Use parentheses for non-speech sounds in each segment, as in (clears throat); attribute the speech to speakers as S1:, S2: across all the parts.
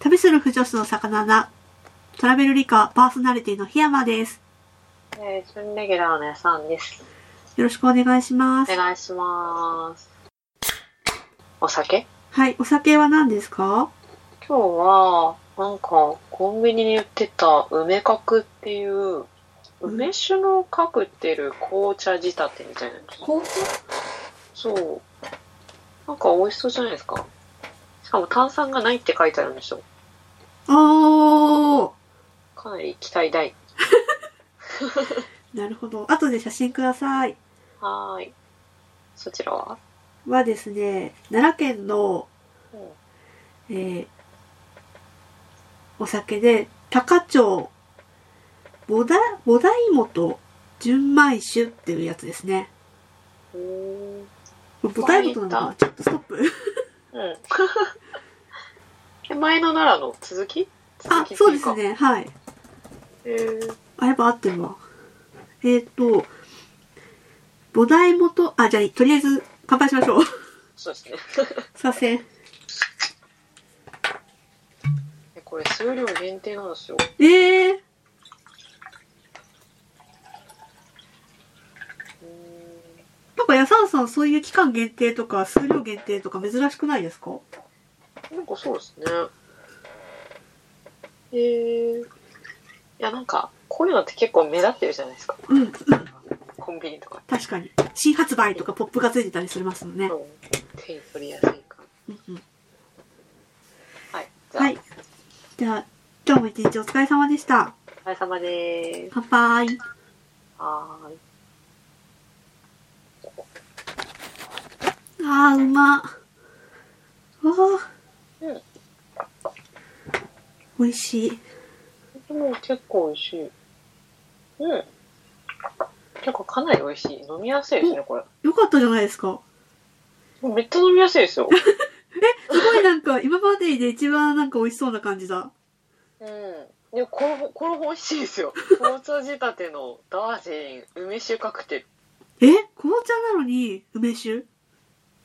S1: 旅する不女子の魚な、トラベルリカパーソナリティの檜山です。
S2: えー、準レギュラーのやさんです。
S1: よろしくお願いしま
S2: お
S1: す。
S2: 願いします。お酒
S1: はい、お酒は何ですか
S2: 今日は、なんか、コンビニに売ってた梅角っていう、梅酒のカクテル紅茶仕立てみたいなやつ。
S1: 紅茶
S2: そう。なんか美味しそうじゃないですか。しかも炭酸がないって書いてあるんですよ。
S1: おー
S2: かなり期待大。
S1: なるほど。後で写真ください。
S2: はーい。そちらは
S1: はですね、奈良県の、
S2: うん
S1: えーお酒で、高町、ボダ、ボダイモと純米酒っていうやつですね。
S2: うーん。
S1: ボダイモとなのかなちょっとストップ。
S2: うん。 (laughs) 手前の奈良の続き続
S1: あ
S2: き、って
S1: そう
S2: い
S1: で
S2: うか
S1: す。ね。はい。
S2: えー、
S1: あ、やっぱ合ってるわ。えーっ、と、ボダイモと、あ、じゃあ、とりあえず乾杯しましょう。
S2: そうですね。 (laughs)
S1: させん。
S2: えこれ数量限定なんですよ。
S1: えー、
S2: うーん
S1: なんか、やさんさん、そういう期間限定とか、数量限定とか珍しくないですか
S2: なんかそうですね。えー、いやなんか、こういうのって結構目立ってるじゃないですか。
S1: うん、うん、
S2: コンビニとか。
S1: 確かに。新発売とかポップがついてたりしますもんね
S2: う。ん手に取りやすいから。
S1: うんうん、
S2: はい。じゃあ、
S1: はい。じゃあ、今日も一日お疲れ様でした。
S2: お疲れ様でーす。
S1: 乾杯。
S2: はーい。
S1: あー、うま。わあ。
S2: うん
S1: 美味しい。
S2: でも結構美味しい。うん。結構かなり美味しい。飲みやすいですね、これ。
S1: よかったじゃないですか。
S2: めっちゃ飲みやすいですよ。
S1: すごいなんか、今までで一番なんか美味しそうな感じだ。
S2: うん。でもこれも、これも美味しいですよ。紅茶仕立てのダージリン梅酒カクテル。
S1: え紅茶なのに梅酒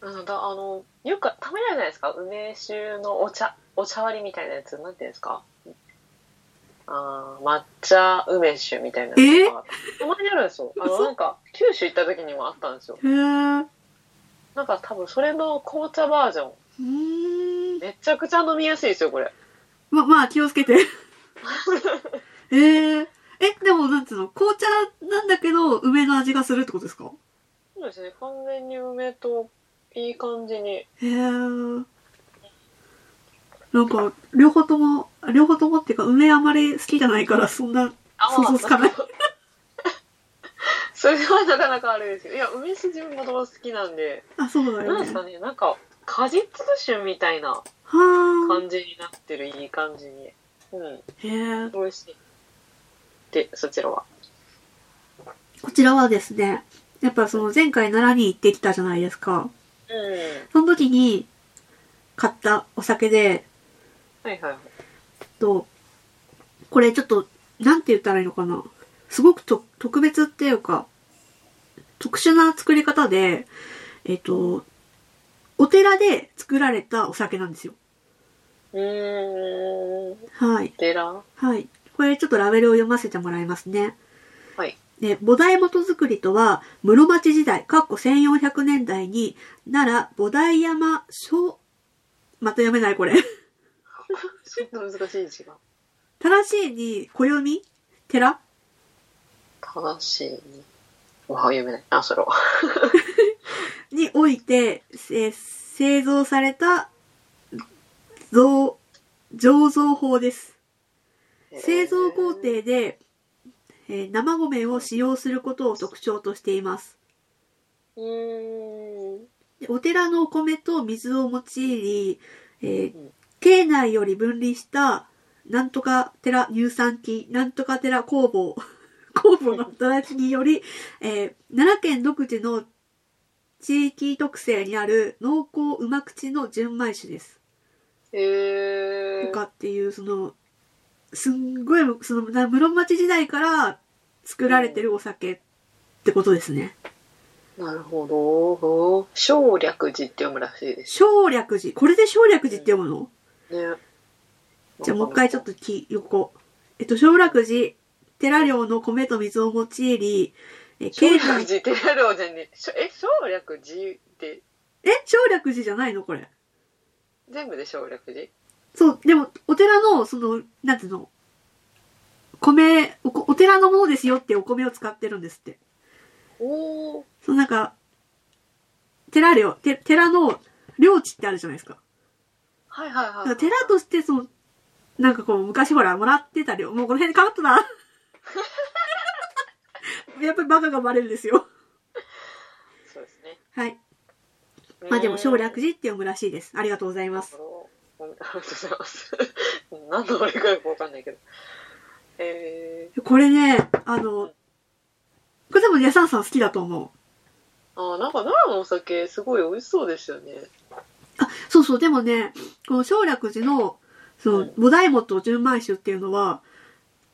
S2: うんだあの、よく食べられないですか梅酒のお茶、お茶割りみたいなやつ、なんていうんですかあー抹茶梅酒みたいなやつとか。たまにあるんですよ。あの、
S1: 嘘
S2: なんか、九州行った時にもあったんですよ。
S1: へえ。う
S2: なんか多分それの紅茶バージョン。
S1: ーん。
S2: めちゃくちゃ飲みやすいですよ、これ。
S1: ま、まあ気をつけ (laughs) て。えー、え、でもなんつうの、紅茶なんだけど、梅の味がするってことですか
S2: そうですね、完全に梅といい感じに。
S1: へえ。なんか、両方とも、両方ともっていうか、梅あまり好きじゃないから、そんな、想像つかない。
S2: それはなかなかあれですけど、いや、梅酒自分もともと好きなんで、
S1: あ、そうだ
S2: なん
S1: よ
S2: です
S1: ね。
S2: かね、なんか、果実酒みたいな
S1: は
S2: 感じになってる、いい感じに。うん、
S1: ー。へえ。
S2: 美味しい。で、そちらは。
S1: こちらはですね、やっぱその前回奈良に行ってきたじゃないですか。
S2: うん。はい
S1: その時に買ったお酒で、
S2: はいはい。
S1: と、これちょっと、なんて言ったらいいのかな。すごくと特別っていうか、特殊な作り方で、えっ、と、お寺で作られたお酒なんですよ。
S2: うーん、
S1: はい。
S2: デラ
S1: はい。これちょっとラベルを読ませてもらいますね。
S2: はい。
S1: で、菩提元作りとは、室町時代、かっこ1400年代に、奈良菩提山小、また読めないこれ。
S2: ちょっと難しい字が。
S1: 正しいに、暦寺
S2: 正しいに。わあ、読めない。あ、それは。
S1: において、えー製造された造醸造法です製造工程で、えー生米を使用することを特徴としています
S2: うーん。
S1: でお寺のお米と水を用いり、えー
S2: うん
S1: 境内より分離したなんとか寺乳酸菌なんとか寺工房 (laughs) 工房の働きにより、えー奈良県独自の地域特性にある濃厚うま口の純米酒です。
S2: へ
S1: と
S2: え。
S1: かっていうそのすんごいそのな室町時代から作られてるお酒ってことですね。
S2: なるほど。省略字って読むらしいです
S1: 省略寺これで省略寺って読むの、
S2: ね。
S1: じゃあもう一回ちょっとき横。えっと、小楽寺、寺領の米と水を用いり、え、
S2: 省
S1: 経
S2: 略
S1: 済、
S2: 寺ってやろうじゃねしょえ省略寺って
S1: え、小楽寺じゃないのこれ。
S2: 全部で省略寺
S1: そう、でも、お寺の、その、なんていうの、米おこ、お寺のものですよってお米を使ってるんですって。
S2: おお
S1: そのなんか、寺領、て寺の領地ってあるじゃないですか。
S2: はいはいはい、
S1: だ
S2: は
S1: か
S2: い、
S1: ら寺として、その、なんかこう、昔ほら、もらってた領、もうこの辺で変わったな。やっぱりバカがバレるんですよ。
S2: そうですね
S1: はい。まあでも、省略
S2: 寺
S1: 寺って読むらしいです。ありがとうございます。
S2: ありがとうございます。 (laughs) 何のあれかよくわかんないけど。え
S1: これね、あの、これ多分、ヤサンさん好きだと思う。
S2: ー、あーなんか奈良のお酒すごい美味しそうですよね。
S1: あ、そうそう、でもね、この省略寺の、その、
S2: うん
S1: 菩提元純米酒っていうのは、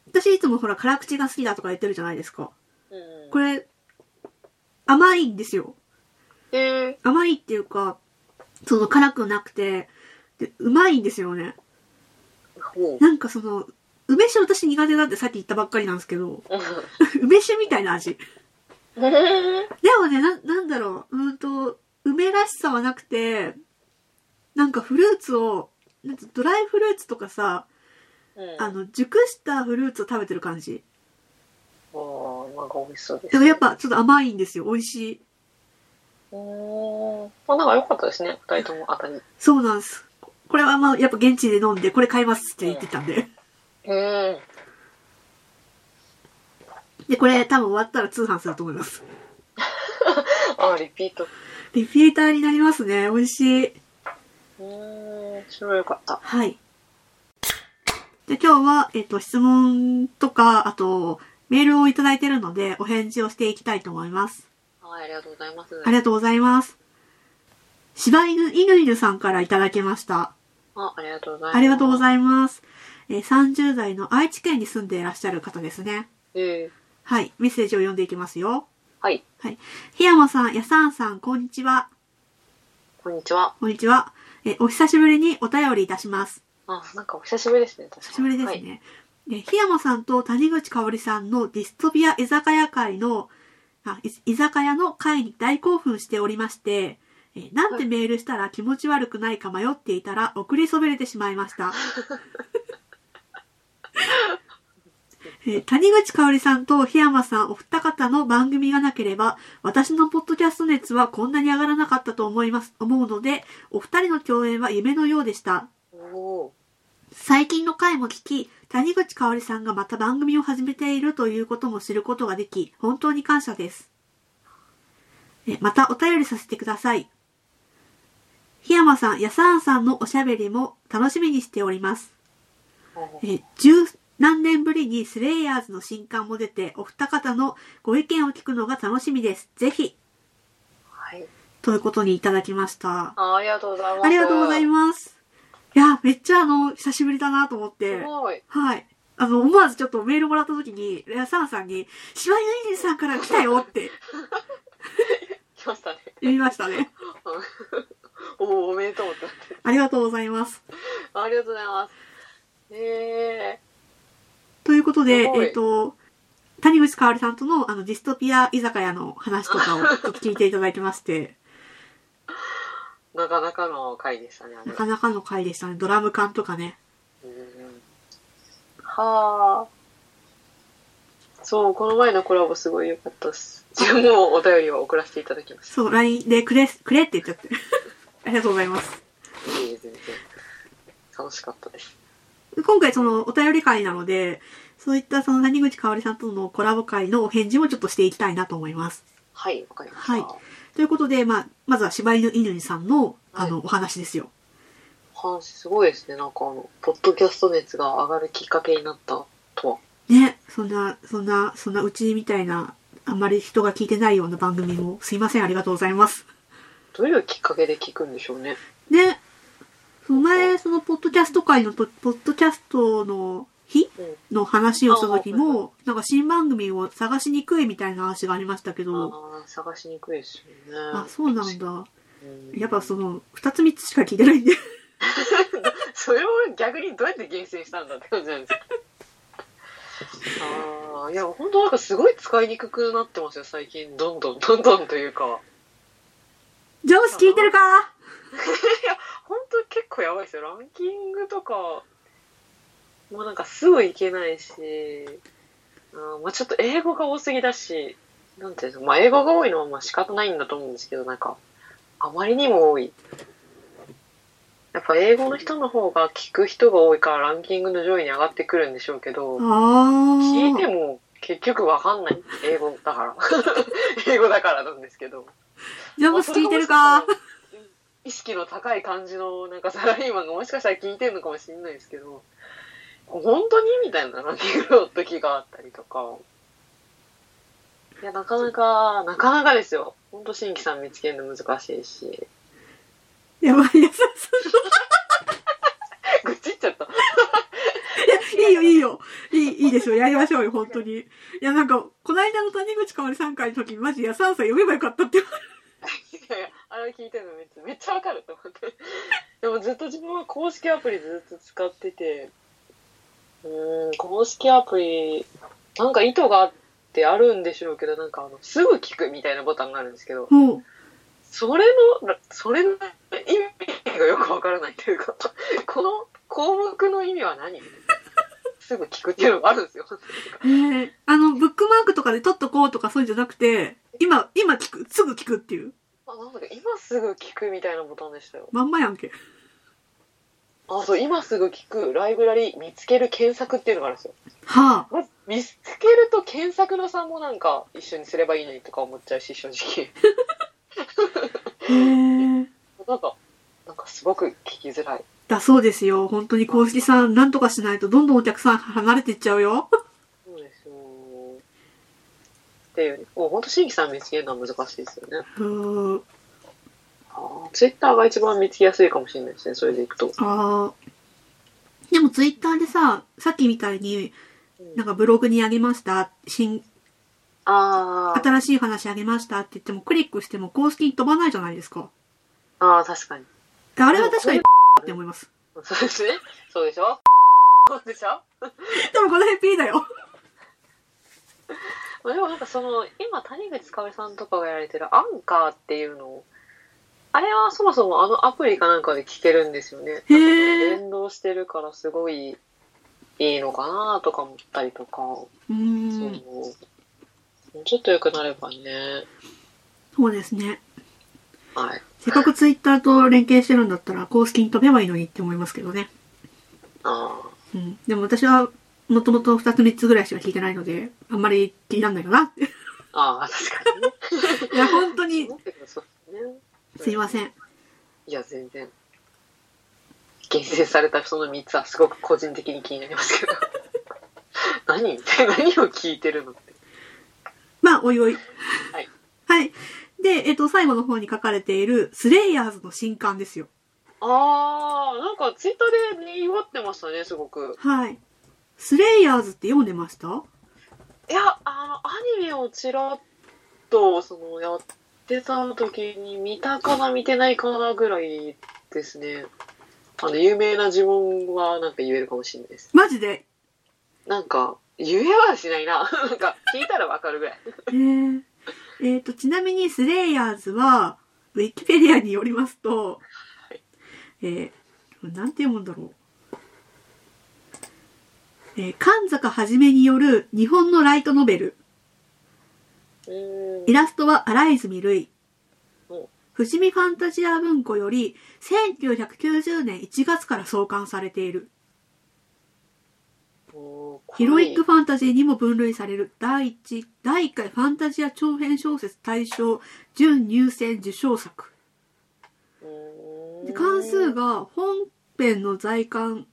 S1: 私いつもほら、辛口が好きだとか言ってるじゃないですか。
S2: うん、
S1: これ、甘いんですよ。
S2: え
S1: 甘いっていうか、その辛くなくて、で、うまいんですよね。
S2: ー、ほ
S1: (laughs)
S2: う。
S1: なんかその、梅酒私苦手だってさっき言ったばっかりなんですけど、梅酒みたいな味。でもね、な、なんだろう、うーんと、梅らしさはなくて、なんかフルーツを、なんてドライフルーツとかさ、
S2: うん、
S1: あ
S2: あ
S1: の、熟したフルーツを食べてる感じ。
S2: ーなんか美味しそうです、
S1: だからやっぱちょっと甘いんですよ。美味しい。
S2: うーん。まあなんか良かったですね。二人とも当たり。
S1: そうなんです。これはまあ、やっぱ現地で飲んで、これ買いますって言ってたんで。
S2: うん。
S1: で、これ多分終わったら通販すると思います。
S2: あ、リピート。
S1: リピーターになりますね。美味しい。
S2: うーん。それは良かった。
S1: はい。で、今日は、えっと、質問とか、あと、メールをいただいてるので、お返事をしていきたいと思います。
S2: はい、ありがとうございます。
S1: ありがとうございます。柴犬、犬犬さんからいただきました。
S2: あありがとうございます。
S1: ありがとうご
S2: い
S1: ざいます。えー30代の愛知県に住んでいらっしゃる方ですね。
S2: ます。え
S1: はい。メッセージを読んでいきますよ。
S2: はい、
S1: はい。檜山さん、やさんさん、こんにちは。
S2: こんにちは。
S1: こんにちは。えーお久しぶりにお便りいたします。
S2: あ、なんかお久しぶりですね、確かに。
S1: 久しぶりです
S2: はい。
S1: ね。えー檜山さんと谷口香織さんのディストピア居酒屋会の、あ、い居酒屋の会に大興奮しておりまして、えーなんてメールしたら気持ち悪くないか迷っていたら送りそびれてしまいました。えー谷口香織さんと檜山さんお二方の番組がなければ、私のポッドキャスト熱はこんなに上がらなかったと思います、思うので、お二人の共演は夢のようでした。
S2: お
S1: 最近の回も聞き、谷口香織さんがまた番組を始めているということも知ることができ、本当に感謝です。えまたお便りさせてください。檜山さん、やさんさんのおしゃべりも楽しみにしております。
S2: ーおー。
S1: え十何年ぶりにスレイヤーズの新刊も出て、お二方のご意見を聞くのが楽しみです。ぜひ、
S2: はい。
S1: ということにいただきました。
S2: あありがとうございます。
S1: ありがとうござい
S2: ま
S1: ます。いや、めっちゃあの、久しぶりだなと思って。
S2: すごい。
S1: はい。あの、思わずちょっとメールもらった時に、レアサンさんに、柴犬イジさんから来たよって
S2: 来ましたね。
S1: 言いましたね。 (laughs)
S2: おお、おめでとうってなってる。
S1: ありがとうございます。
S2: ありがとうございます。え、
S1: ということです
S2: ごい
S1: えっ、と、谷口かおりさんとのあのディストピア居酒屋の話と
S2: (laughs)
S1: かをちょっと聞いていただきまして、
S2: ー、なかなかの回でしたね、あれ
S1: な
S2: は。
S1: かなかの回でしたね。ドラム缶とかね。
S2: うんはあ。そう、この前のコラボすごい良かったっす。自分もお便りを送らせていただきまし
S1: そう、LINE でくれ、くれって言っちゃって。 (laughs) ありがとうございます。
S2: た。いえいえ全然。楽しかったです。
S1: 今回そのお便り会なので、そういったその谷口かおりさんとのコラボ会のお返事もちょっとしていきたいなと思います。
S2: はい、わかりました。
S1: はいということで、まあ、まずは柴犬犬さんの、あの、お話ですよ。
S2: 話すごいですね。なんかあの、ポッドキャスト熱が上がるきっかけになったとは。
S1: ね、そんな、そんな、そんなうちみたいな、あんまり人が聞いてないような番組も、すいません、ありがとうございます。
S2: どういうきっかけで聞くんでしょうね。
S1: で、その前、その、ポッドキャスト会のと、ポッドキャストの日
S2: うん。
S1: の話をした時
S2: あはい
S1: も、なんか新番組を探しにくいみたいな話がありましたけど、
S2: ああ、探しにくいですよね。
S1: あ、そうなんだ。
S2: うん
S1: (laughs) やっぱその、二つ三つしか聞いてないんで、
S2: (laughs) それを逆にどうやって厳選したんだって感じなんですよああいや本当なんかすごい使いにくくなってますよ最近どんどんどんどんというか
S1: 上司聞いてるか
S2: いや本当結構やばいですよランキングとかもうなんかすぐいけないし、うんまあ、ちょっと英語が多すぎだしなんていうんですか、まあ、英語が多いのはまあ仕方ないんだと思うんですけどなんかあまりにも多いやっぱ英語の人の方が聞く人が多いからランキングの上位に上がってくるんでしょうけど
S1: ああ。
S2: 聞いても結局わかんない英語だから (laughs) 英語だからなんですけど
S1: 上司聞いてるか
S2: 意識の高い感じのなんかサラリーマンがもしかしたら聞いてるのかもしれないですけど本当にみたいなランキングの時があったりとかいやなかなかなかなかですよ本当新規さん見つけるの難しいし
S1: やばいやつ。
S2: 愚痴っちゃっ
S1: (laughs)
S2: た
S1: いやいいよ、いいよ。いい、いいですよ。やりましょうよ、本当に。いや、なんか、この間の谷口かおりさん会の時に、マジ、やさんさん読めばよかったって。
S2: いやいやあれ聞いてるのめっちゃめっちゃわかると思って (laughs) でもずっと自分は公式アプリずっと使っててうーん公式アプリなんか意図があってあるんでしょうけどなんかあのすぐ聞くみたいなボタンがあるんですけど
S1: もう、
S2: それのそれの意味がよくわからないというか (laughs) この項目の意味は何すぐ聞くっていうのがあるんですよ
S1: えー、あの、ブックマークとかで取っとこうとかそういうんじゃなくて、今、今聞く、すぐ聞くっていう。
S2: あなんだっけ今すぐ聞くみたいなボタンでしたよ
S1: まんまやんけ。
S2: あ、そう、今すぐ聞くライブラリ見つける検索っていうのがあるんですよ。
S1: はあ。
S2: まず見つけると検索の差もなんか一緒にすればいいのにとか思っちゃうし、正直。
S1: へえ。
S2: なんか、なんかすごく聞きづらい。
S1: だそうですよ。本当に公式さん、なんとかしないと、どんどんお客さん離れていっちゃうよ。
S2: そうですよ。っていう、もうほんと新規さん見つけるのは難しいですよね。
S1: うーん。
S2: あツイッターが一番見つけやすいかもしれないですね、それでいくと。
S1: ああ。でもツイッターでさ、さっきみたいに、
S2: うん
S1: なんかブログにあげました。新、
S2: あー
S1: 新しい話あげましたって言っても、クリックしても公式に飛ばないじゃないですか。
S2: あー、確かに。
S1: あれは確かに
S2: でも、
S1: って思います。 (laughs)
S2: そうですね。そうでしょそうでしょ
S1: でもこの辺 P だ
S2: (laughs)
S1: よ。
S2: まあでもなんかその今谷口かおりさんとかがやられてるアンカーっていうのをあれはそもそもあのアプリかなんかで聞けるんですよね。
S1: へえ。
S2: 連動してるからすごいいいのかなとか思ったりとか、
S1: う
S2: そ
S1: ー。
S2: うんもうちょっと良くなればね。
S1: そうですね。
S2: はい。
S1: せっかくツイッターと連携してるんだったら、公式に飛べばいいのにって思いますけどね。
S2: あ
S1: うん。でも私は、もともと2つ3つぐらいしか聞いてないので、あんまり気になんないかな
S2: (laughs)
S1: って。
S2: ーあー、確かにね。
S1: いや、本当に
S2: 思、ってくださいね。
S1: すいません。
S2: いや、全然。厳選されたその3つはすごく個人的に気になりますけど。 (laughs) 何 (laughs) みたいな何を聞いてるのって。
S1: まあ、おいおい。
S2: はい。
S1: はい。で、えっと、最後の方に書かれている、スレイヤーズの新刊ですよ。
S2: あー、なんかツイッターでにぎわってましたね、すごく。
S1: はい。スレイヤーズって読んでました
S2: いや、あの、アニメをちらっと、その、やってた時に見たかな、見てないかなぐらいですね。あの、有名な呪文はなんか言えるかもしれないです。
S1: マジで。
S2: なんか、言えはしないな。 (laughs) なんか、聞いたらわかるぐらい。
S1: えー、えーと、ちなみにスレイヤーズは、ウィキペディアによりますと、
S2: はい
S1: えー、なんて読むんだろう。えー、神坂はじめによる日本のライトノベル。
S2: うーん
S1: イ。ラストは荒泉るい
S2: お。
S1: 伏見ファンタジア文庫より1990年1月から創刊されている。
S2: おー
S1: ヒロイック。ファンタジーにも分類される第1、第1回ファンタジア長編小説大賞準入選受賞作。
S2: うー
S1: で
S2: ん
S1: 関数。が本編の在巻、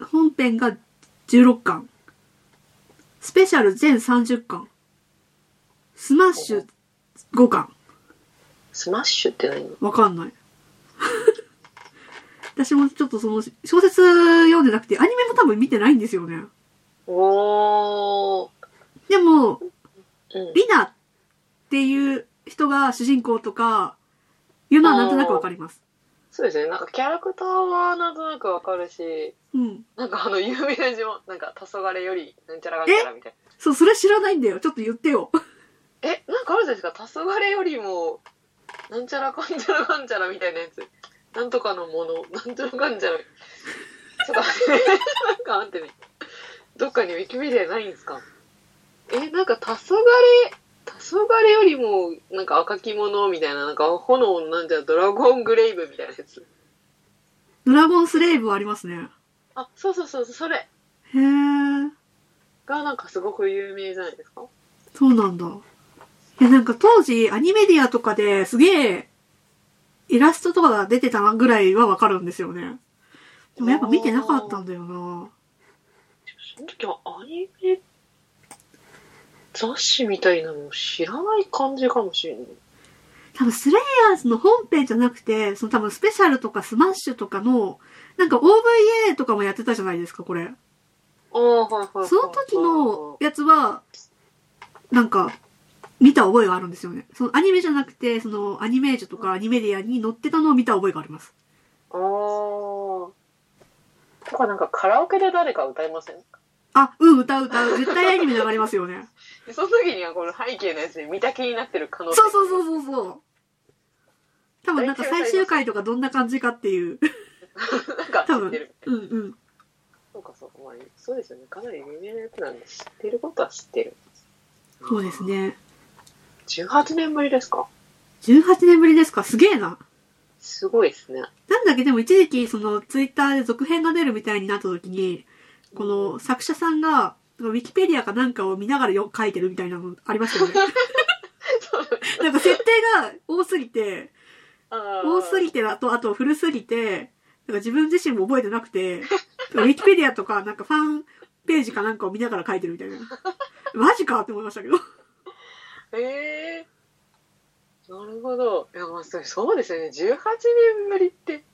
S1: 本編が16巻。スペシャル全30巻。スマッシュ5巻。
S2: スマッシュって何
S1: わかんない。 (laughs) 私もちょっとその小説読んでなくて、アニメも多分見てないんですよね。
S2: おー。
S1: でも、
S2: うん。
S1: リナっていう人が主人公とか、いうのはなんとなくわかります。
S2: そうですね。なんかキャラクターはなんとなくわかるし、
S1: うん。
S2: なんかあの有名な字も、なんか黄昏よりなんちゃらがんちゃらみたい
S1: そう、それ知らないんだよ。ちょっと言ってよ。
S2: な。え、なんかあるじゃないですか黄昏よりも、なんちゃらかんちゃらかんちゃらみたいなやつ。なんとかのもの、なんちゃらかんちゃら。ちょっと待って、なんか待ってね。どっかにウィキメディアないんですかえ、なんか黄昏、黄昏よりも、なんか赤き者みたいな、なんか炎のなんちゃらドラゴングレイブみたいなやつ。
S1: ドラゴンスレイブありますね。
S2: あ、そうそうそう、それ
S1: へー。
S2: がなんかすごく有名じゃないですか
S1: そうなんだ。いや、なんか当時、アニメディアとかですげえ、イラストとかが出てたなぐらいはわかるんですよね。でもやっぱ見てなかったんだよな。
S2: その時はアニメ雑誌みたいなのを知らない感じかもしれない。
S1: 多分スレイヤーズの本編じゃなくて、その多分スペシャルとかスマッシュとかの、なんか OVA とかもやってたじゃないですか、これ。
S2: ああ、はいはいはい。
S1: その時のやつは、なんか、見た覚えがあるんですよね。そのアニメじゃなくて、そのアニメージュとかアニメディアに載ってたのを見た覚えがあります。
S2: ああ。とかなんかカラオケで誰か歌いません
S1: あ、うん、歌う歌 (laughs) う。絶対アニメ流れますよね。
S2: でその時にはこの背景のやつで見た気になってる可能性
S1: そうそう
S2: う。
S1: そうそうそう。多分なんか最終回とかどんな感じかっていう。
S2: なんか
S1: 多
S2: 知っ
S1: 分
S2: てる。。
S1: うんうん。
S2: そうかそうか、まあ、そうですよね。かなり有名なやつなんで知ってることは知ってる。
S1: そうですね。
S2: 18年ぶりですか
S1: 18年ぶりですかすげえな。
S2: すごいです (laughs) ね。
S1: なんだっけでも一時期そのツイッターで続編が出るみたいになった時に、この作者さんが、ウィキペディアかなんかを見ながらよ書いてるみたいなのありましたよね。 (laughs) なんか設定が多すぎて、多
S2: 多
S1: すぎてだと、あと古すぎて、なんか自分自身も覚えてなくて、ウィキペディアとか、なんかファンページかなんかを見ながら書いてるみたいな。マジかって思いましたけど。
S2: ええなるほど。いや、まあ、そうそうですよね。18年ぶりって。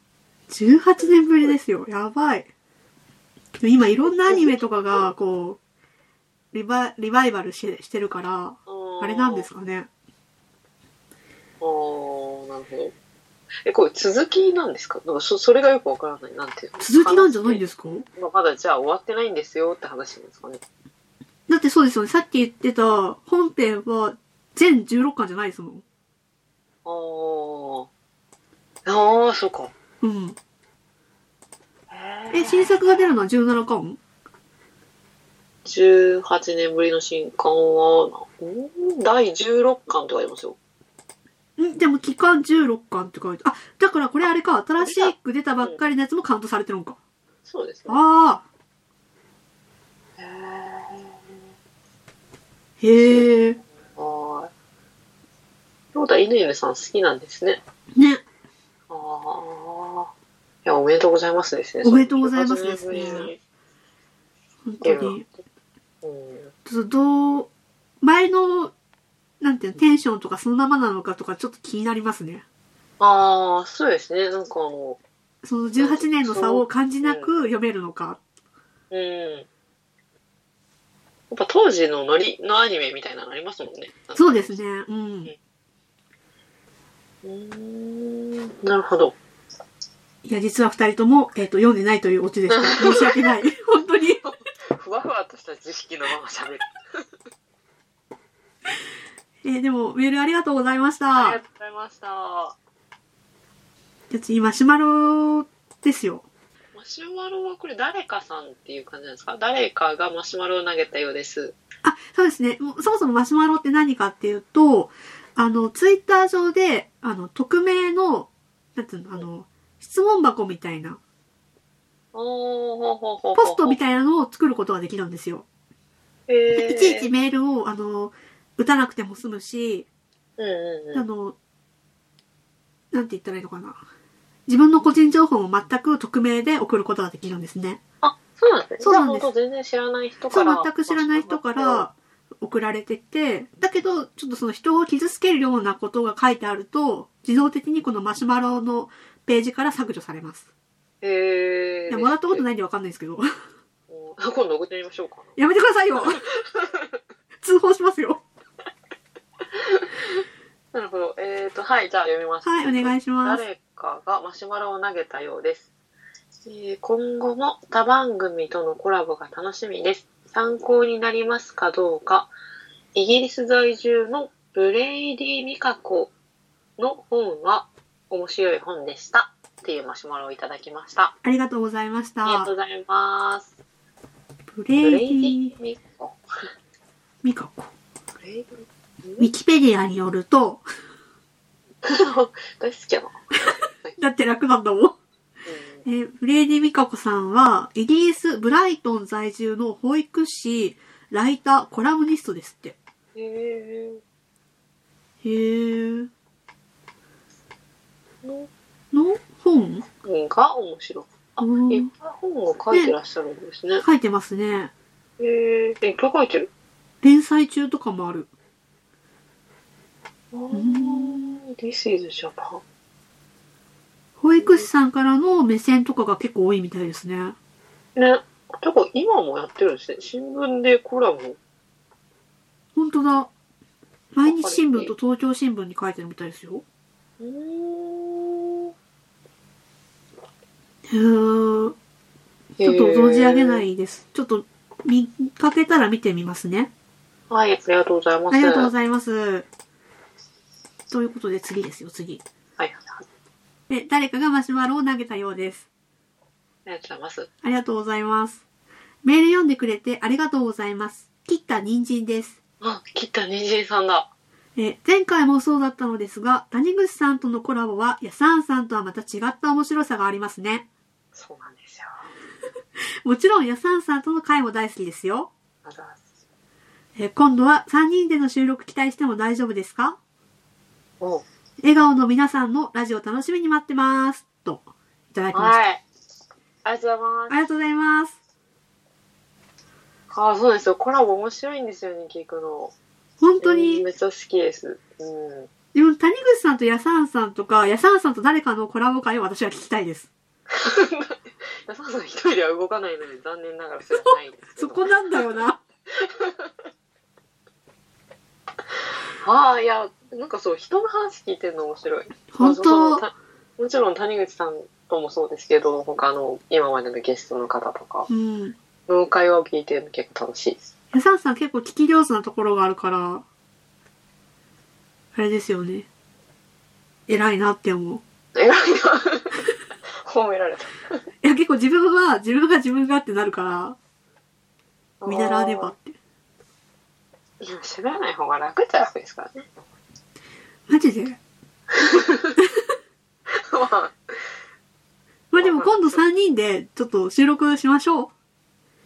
S1: 18年ぶりですよ。やばい。でも今いろんなアニメとかが、こう、リバリバイバルししてるから、あれなんです
S2: か
S1: かね。
S2: あー、なるほど。え、これ続きなんですかなんかそそれがよくわからない。なんていうの
S1: 続きなんじゃないんですすか
S2: まあ、まだじゃあ終わってないんですよって話なんですかね。
S1: だってそうですよね。さっき言ってた本編は全16巻じゃないですもん。
S2: あー。あー、そうか。
S1: うん。え、
S2: え
S1: 新作が出るのは17巻
S2: ?18 年ぶりの新刊は、うん第16巻とかありますよ。
S1: んでも期間16巻って書いてあ、だからこれあれか、新しく出たばっかりのやつもカウントされてるのか。
S2: そうですね。
S1: ああ、
S2: へ
S1: へ
S2: ー
S1: え。
S2: はーい。ってことは、犬犬さん好きなんですね。
S1: ね。
S2: ああ。いや、おめでとうございますですね。
S1: おめでとうございますですね
S2: 18年ぶりに
S1: 本当
S2: 出るな
S1: に
S2: ん。てうん。
S1: ちょっとどう、前の、なんていうの、テンションとかそのままなのかとかちょっと気になりますね。
S2: ああ、そうですね。なんかあの、
S1: その18年の差を感じなく読めるのか。
S2: うん。やっぱ当時のノリのアニメみたいなのありますもんね。
S1: そうですね。うん。いう
S2: ーん。なるほど。
S1: や、実は二人とも、えっ、と、読んでないというオチでした。申し訳ない。本当に。
S2: ふわふわとした知識のまま喋る。
S1: えーでも、メールありがとうございまし
S2: あ
S1: た
S2: りが。とうございました。
S1: じゃあ次、マシュマロですよ。
S2: マシュマロはこれ誰かさんっていう感じなんですか誰かがマシュマロを投げたようです。
S1: あ、そうですね。もうそもそもマシュマロって何かっていうと、あの、ツイッター上で、あの、匿名の、なんていうの、あの、質問箱みたいな、
S2: おーほうほうほうほう
S1: ポストみたいなのを作ることができるんですよ。
S2: い
S1: でいちいちメールを、あの、打たなくても済むし、
S2: うんうん
S1: あ
S2: うん。
S1: の、なんて言ったらいいのかな。自分の個人情報も全く匿名で送ることができるんですね。
S2: あ、そうなんですね。
S1: そうなんです
S2: じゃあ本当全然知らない人
S1: そ
S2: か
S1: う、
S2: ら。
S1: 全く知らない人か。ら送られてて、だけど、ちょっとその人を傷つけるようなことが書いてあると、自動的にこのマシュマロのページから削除されます。
S2: へえ
S1: いや、もらったこと
S2: い。
S1: ないんでわかんないですけど。 (laughs)
S2: うん今度送ってみましょうか。
S1: やめてくださいよ (laughs) 通報しますよ。
S2: なるほど。えっ、ー、と、はい、じゃあ読みます。
S1: はい、お願いします。
S2: 誰カーがマシュマロを投げたようです。えー今後も他番組とのコラボが楽しみです。参考になりますかどうか、イギリス在住のブレイディ・ミカコの本は面白い本でした。っていうマシュマロをいただきました。
S1: ありがとうございまし
S2: ありが
S1: た
S2: とう。ございます。
S1: ブ
S2: ブ
S1: レ
S2: レ
S1: イ
S2: イ
S1: ディ・
S2: ディ・ミカコ。
S1: ミカコ。
S2: ブレイディ・
S1: ウィキペディアによると、 (laughs)
S2: 大好きやな。
S1: だって楽なんだもん。えーフレーディ・ミカコさんは、イギリス・ブライトン在住の保育士、ライター、コラムニストですって。
S2: うん、へー
S1: へー。
S2: の
S1: の本
S2: 本が面白い。あ、
S1: う
S2: い
S1: ん
S2: っぱい本を書いてらっしゃるんですね。
S1: 書いてますね。
S2: へえー、いっぱい書いてる。
S1: 連載中とかもある。
S2: あ
S1: ん
S2: ー This is Japan。
S1: 保育士さんからの目線とかが結構多いみたいですね。
S2: ね。てか、今もやってるんですね。新聞でコラム。
S1: ほんとだ。毎日新聞と東京新聞に書いてるみたいですよ。
S2: うーん。
S1: へー。
S2: ち
S1: ちょっと存じ上げな。いです。ちょっと見かけたら見てみますね。
S2: はい、ありがとうございます。
S1: ありがとうご
S2: い
S1: ざいます。ということで次ですよ、次。
S2: ます。はい、あ
S1: で、誰かがマシュマロを投げたようです。
S2: りがとうございます。
S1: ありがとうございます。メール読んでくれてありがとうございます。切った人参です。
S2: あ、切った人参さんだ。
S1: え、前回もそうだったのですが、谷口さんとのコラボは、やさんさんとはまた違った面白さがありますね。
S2: そうなんですよ。
S1: もちろん、やさんさんとの回も大好きですよ。
S2: ありがとうございます。
S1: え、今度は3人での収録期待しても大丈夫ですか
S2: おう
S1: 笑顔の皆さんのラジオ楽しみに待ってます。と、いただきました。
S2: はい。ありがと
S1: あ
S2: うございます。
S1: りがとうございます。
S2: あ、そうですよ。コラボ面白いんですよね、聞くの。
S1: 本当
S2: うん
S1: に、
S2: めっちゃ好きです。うん。
S1: でも谷口さんとやさんさんとか、やさんさんと誰かのコラボ会を私は聞きたいです。
S2: やさんさん一人では動かないので残念ながらそれはないんですけ
S1: そ
S2: ど。
S1: こなんだよな。
S2: ああ、いや、なんかそう、人の話聞いてるの面白い。
S1: 本
S2: まあ
S1: 当
S2: そのたもちろん谷口さんともそうですけど、他の今までのゲストの方とか、
S1: うん。
S2: の会話を聞いてるの結構楽しいです。
S1: やさんさん結構聞き上手なところがあるから、あれですよね。偉いなって思う。
S2: 偉いな。褒められた。
S1: いや、結構自分は、自分が自分がってなるから、見習わねばって。
S2: あー。いや、喋らない方が楽っちゃ楽ですからね。
S1: マジで
S2: まあ、
S1: まあでも今度3人でちょっと収録しましょ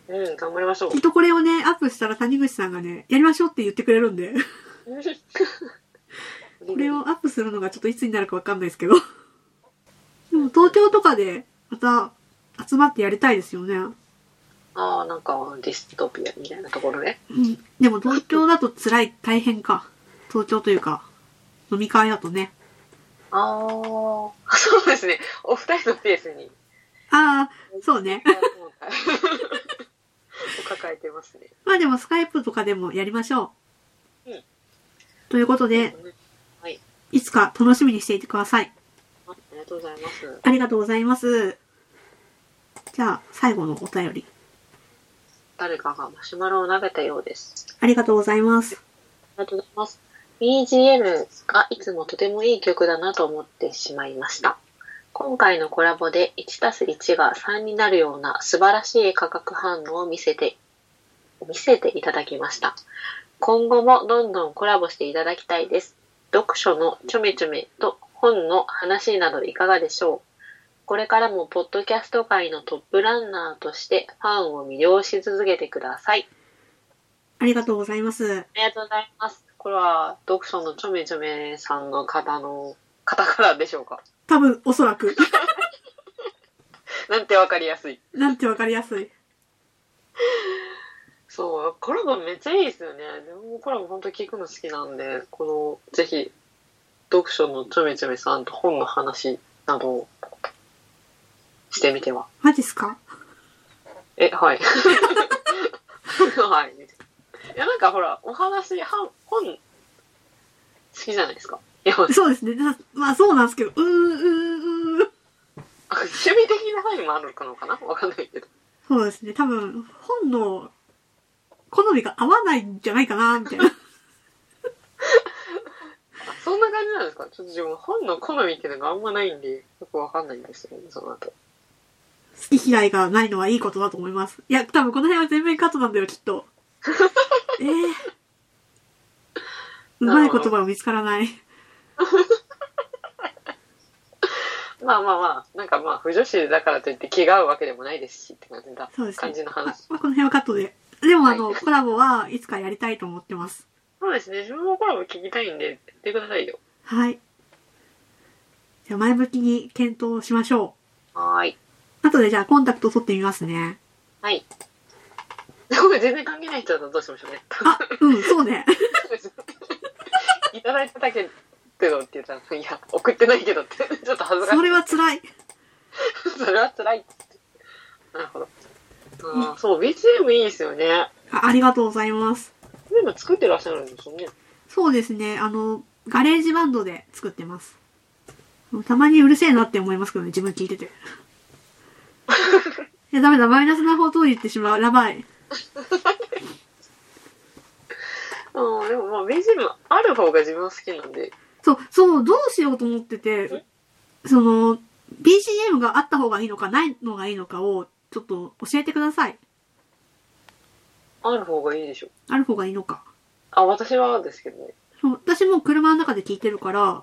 S2: うん、頑張りましょう
S1: う。き。っ (laughs) とこれをね、アップしたら谷口さんがね、やりましょうって言ってくれるんで、これをアップするのがちょっといつになるかわかんないですけど。でも東京とかでまた集まってやりたいですよね。
S2: ああ、なんかディストピアみたいなところね。
S1: うん。でも東京だと辛い、大変か。東京というか、飲み会だとね。
S2: ああ、そうですね。お二人のペースに。
S1: ああ、そうね。
S2: を抱えてますね。
S1: まあでもスカイプとかでもやりましょう。
S2: うん
S1: ということで、
S2: はい。
S1: いつか楽しみにしていてください。
S2: ありがとうございます。
S1: ありがとうございます。じゃあ、最後のお便り。
S2: 誰かがマシュマロを投げたようです。
S1: ありがとうございます。
S2: ありがとうございます。BGM がいつもとてもいい曲だなと思ってしまいました。今回のコラボで1たす1が3になるような素晴らしい化学反応を見せて、見せていただきました。今後もどんどんコラボしていただきたいです。読書のちょめちょめと本の話などいかがでしょうこれからもポッドキャスト界のトップランナーとしてファンを魅了し続けてください。
S1: ありがとうございます。
S2: ありがとうございます。これは、読書のちょめちょめさんの方の、方からでしょうか。
S1: 多分、おそらく。 (laughs)
S2: なんてわかりやすい。
S1: なんてわかりやすい。
S2: そう、コラボめっちゃいいですよね。でもコラボ本当聞くの好きなんで、この、ぜひ、読書のちょめちょめさんと本の話などをしてみては。
S1: マジっすか
S2: え、はい。 (laughs) はい。いや、なんかほら、お話、は本、好きじゃないですか。いや、 (laughs)
S1: そうですね。なまあ、そうなんですけど、うーうーうーう
S2: 趣味的な範囲もあるのかなわかんないけど。
S1: そうですね。多分、本の好みが合わないんじゃないかな、み
S2: (laughs)
S1: たいな。
S2: あそんな感じなんですかちょっと自分本の好みっていうのがあんまないんで、よくわかんないんですよね、その後。
S1: 好き嫌いがないのはいいことだと思います。いや、多分この辺は全面カットなんだよ、きっと。
S2: (laughs)
S1: ええうまい言葉が見つからない。
S2: まあまあまあ、なんかまあ、不女子だからといって気が合うわけでもないですしって感じだ。
S1: そうですね
S2: 感じの
S1: まあ
S2: 話。
S1: まあ、この辺はカットで。でもあの、
S2: はい
S1: コラボはいつかやりたいと思ってます。
S2: そうですね、自分もコラボ聞きたいんで、やってくださいよ。
S1: はい。じゃあ前向きに検討しましょ
S2: はーい。
S1: う。後でじゃあコンタクト取ってみますね。
S2: はい。これ全然関係ない人だとどうしましょうね。
S1: あ、うん、そうね。
S2: (laughs) いただいただけけどって言ったら、いや、送ってないけどって、 (laughs) ちょっと恥ずかし
S1: それは辛い。
S2: い。それは辛いって。なるほど。あーそう、BGM いいですよね。
S1: あありがとうございます。
S2: 全部作ってらっしゃるんですよね。
S1: そうですね。あの、ガレージバンドで作ってます。たまにうるせえなって思いますけどね、自分聞いてて。いや、ダメだ、マイナスな方と言ってしまう。やばい。
S2: うん、でもまあ BGM ある方が自分は好きなんで。
S1: そう、そう、どうしようと思ってて、その、BCM があった方がいいのか、ないのがいいのかを、ちょっと教えてください。
S2: ある方がいいでしょ。
S1: ある方がいいのか。
S2: あ、私はですけどね。
S1: そう私も車の中で聞いてるから、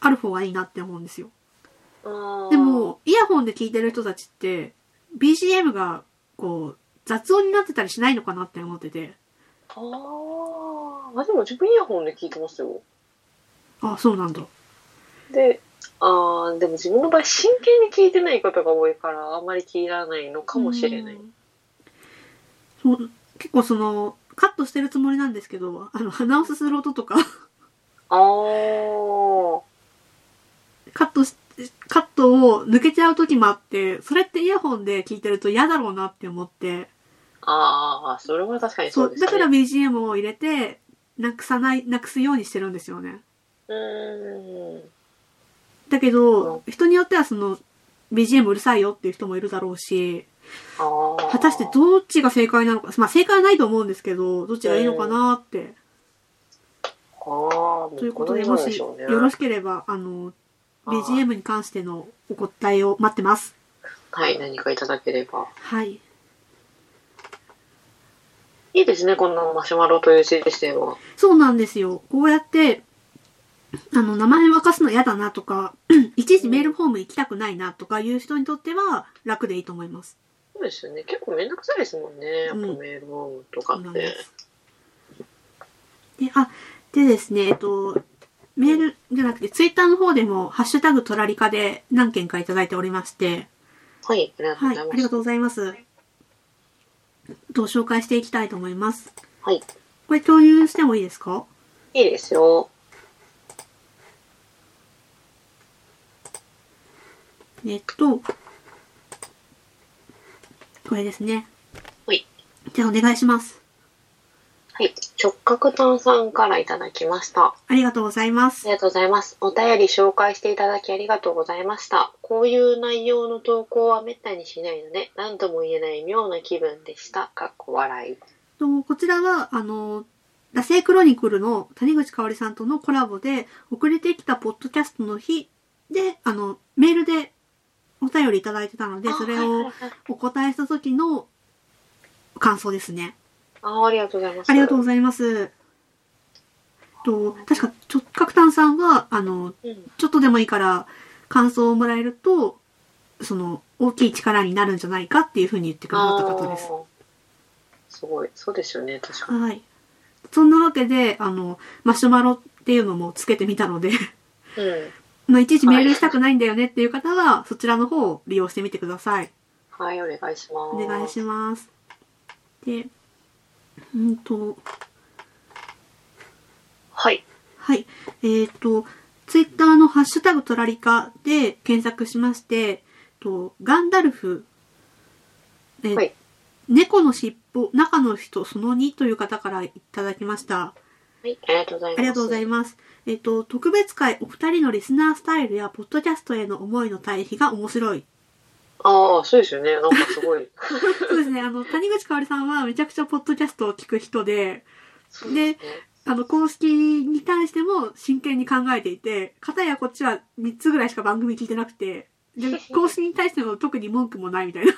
S1: ある方がいいなって思うんですよ。
S2: うん
S1: で、も、イヤホンで聞いてる人たちって、BCM が、こう、雑音になってたりしないのかなって思ってて。
S2: あーまあ、でも自分イヤホンで聞いてますよ。
S1: あ、そうなんだ。
S2: で、あーでも自分の場合真剣に聞いてないことが多いから、あんまり聞いらないのかもしれない。
S1: うん。そう結構その、カットしてるつもりなんですけど、あの、鼻をすする音とか、 (laughs)
S2: あー
S1: カットし、カットを抜けちゃう時もあって、それってイヤホンで聞いてると嫌だろうなって思って、
S2: あー、それは確かにそうですね。
S1: だから BGM を入れて、なくさない、なくすようにしてるんですよね。
S2: うーん。
S1: だけど、人によってはその、BGM うるさいよっていう人もいるだろうし、
S2: ああ。
S1: 果たしてどっちが正解なのか、まあ正解はないと思うんですけど、どっちがいいのかなって。
S2: ああ、
S1: ということで、も
S2: もうこの世の中で
S1: し
S2: しょ
S1: よ
S2: うね
S1: ろしければ、あの、BGM に関してのお答えを待ってます。
S2: はい、何かいただければ。
S1: はい。
S2: いいですね、こんなマシュマロというシステムは。
S1: そうなんですよ。こうやって、あの、名前を明かすの嫌だなとか、 (clears throat) いちいちメールフォーム行きたくないなとかいう人にとっては楽でいいと思います。
S2: そうですよね。結構めんどくさいですもんね。やっぱ
S1: う
S2: メ
S1: ん
S2: ールホームとか
S1: そうな
S2: っ
S1: ん
S2: て
S1: で。すで、あ、でですね、えっと、メールじゃなくて、ツイッターの方でも、ハッシュタグトラリカで何件かいただいておりまして、
S2: はい、ありがと
S1: は
S2: うご
S1: い、
S2: ざ
S1: あ
S2: いま
S1: り
S2: す
S1: が。とうございます。と紹介していきたいと思います。
S2: はい、
S1: これ共有してもいいですか
S2: いいですよ。
S1: えっと、これですね。
S2: はい。
S1: じゃあお願いします。
S2: はい、直角炭さんからいただきました。
S1: ありがとうございま
S2: あ
S1: す。
S2: りがとうございます。お便り紹介していただきありがとうございました。こういう内容の投稿はめったにしないので、何とも言えない妙な気分でした。かっこ笑い。
S1: とこちらは、あの、ラセイクロニクルの谷口香織さんとのコラボで、遅れてきたポッドキャストの日で、あの、メールでお便りいただいてたので、
S2: あ
S1: それ
S2: はいはいは
S1: を
S2: い
S1: お答えした時の感想ですね。
S2: あありがとうございます。
S1: ありがとうご
S2: ざい
S1: ざいます。と、確か、直角炭さんは、あの、
S2: ます。
S1: ちょっとでもいいから感想をもらえると、その、大きい力になるんじゃないかっていうふうに言ってくださった方です。
S2: あーすごい。そうですよね、確かに。
S1: はい。そんなわけで、あの、マシュマロっていうのもつけてみたので、 (laughs)
S2: うん。
S1: まあいちいちメールしたくないんだよねっていう方は、そちらの方を利用してみてください。
S2: はい、お願いします。
S1: お願いします。で、うんと、
S2: はい。
S1: はい。えっ、と、ツイッターのハッシュタグトラリカで検索しまして、とガンダルフ、えー
S2: はい
S1: 猫の尻尾、中の人その2という方からいただきました。
S2: はい、ありがとうございます。
S1: ありがとうござい
S2: ま
S1: ます。えっ、と、特別会お二人のリスナースタイルやポッドキャストへの思いの対比が面白い
S2: ああ、そうですよね。なんかすごい。
S1: そう (laughs) ですね。あの、谷口香織さんはめちゃくちゃポッドキャストを聞く人で、
S2: そうですね
S1: あの、公式に対しても真剣に考えていて、片やこっちは3つぐらいしか番組聞いてなくて、で、公式に対しても特に文句もないみたいな。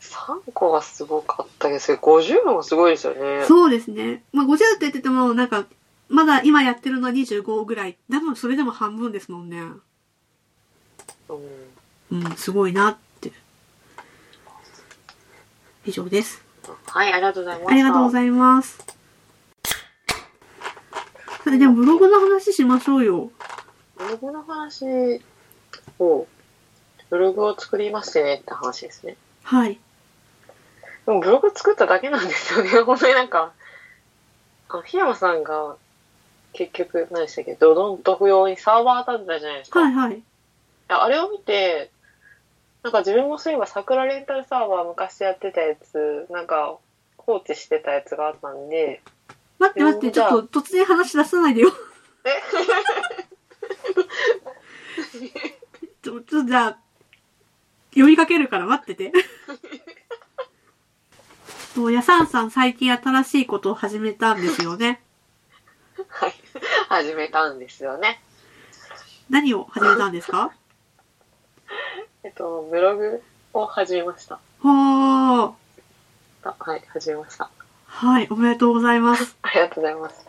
S2: 3個がすごかったですけど、50もすごいですよね。
S1: そうですね。まあ、50って言ってても、なんか、まだ今やってるのは25ぐらい。多分それでも半分ですもんね。
S2: うん
S1: うん、すごいなって。以上です。
S2: はい、ありがとうございました。
S1: ありがとうございます。それでもブログの話しましょうよ。
S2: ブログの話を、ブログを作りましてねって話ですね。
S1: はい。
S2: でもブログ作っただけなんですよね。 (laughs) 本当になんか、あの、檜山さんが、結局、何でしたっけ、ドドンと不要にサーバー立てたじゃないですか。
S1: はい
S2: い
S1: はい。
S2: やあれを見て、なんか自分もそういえば桜レンタルサーバー昔やってたやつ、なんか放置してたやつがあったんで、
S1: 待って待って、ちょっと突然話出さないでよ。 (laughs) ちょ、ちょ、じゃあ、呼びかけるから待 (laughs) ってて。もう、やさんさん最近新しいことを始めたんですよね。
S2: はい、 (laughs) 始めたんですよね。
S1: 何を始めたんです (laughs) か
S2: えっと、ブログを始めました。
S1: はー。
S2: あはい、始めました。
S1: はい、おめでとうございます。
S2: ありがとうございます。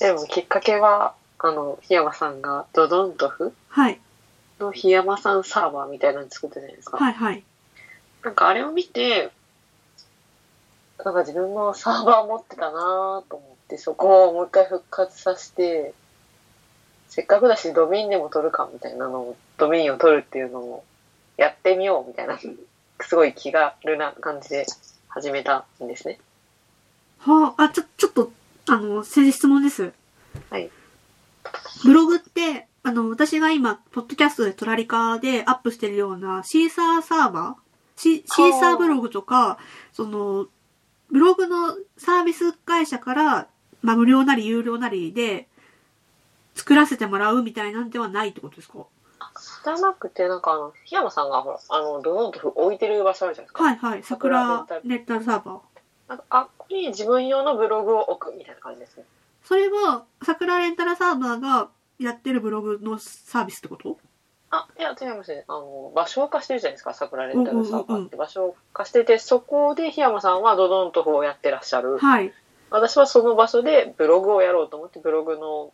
S2: でもきっかけは、あの、檜山さんがドドンとフ
S1: はい、
S2: の檜山さんサーバーみたいなの作ったじゃないですか。
S1: はい、はい。
S2: なんかあれを見て、なんか自分もサーバー持ってたなぁと思って、そこをもう一回復活させて、せっかくだしドメインでも取るかみたいなのを、ドメインを取るっていうのをやってみようみたいな、 (laughs) すごい気軽な感じで始めたんですね。
S1: はー、あ、ちょ、ちょっと、あの、先生質問です。
S2: はい。
S1: ブログって、あの、私が今、ポッドキャストでトラリカでアップしてるようなシーサーサーバーシシーサーブログとか、その、ブログのサービス会社から、まあ、無料なり有料なりで作らせてもらうみたいなんではないってことですか
S2: じゃなくて、なんかあの、檜山さんがほら、あの、ドドンと置いてる場所あるじゃないですか。
S1: はいはい。桜レンタルサーバー。
S2: なんかあっこに自分用のブログを置くみたいな感じですね。
S1: それは、桜レンタルサーバーがやってるブログのサービスってこと
S2: あ、いや、違いますね。あの、場所を貸してるじゃないですか、桜レンタル
S1: う
S2: サー
S1: んう
S2: バ
S1: んうん
S2: ー
S1: う
S2: っ
S1: ん
S2: て場所を貸してて、そこで檜山さんはドドンとフをやってらっしゃる。
S1: はい。
S2: 私はその場所でブログをやろうと思って、ブログの、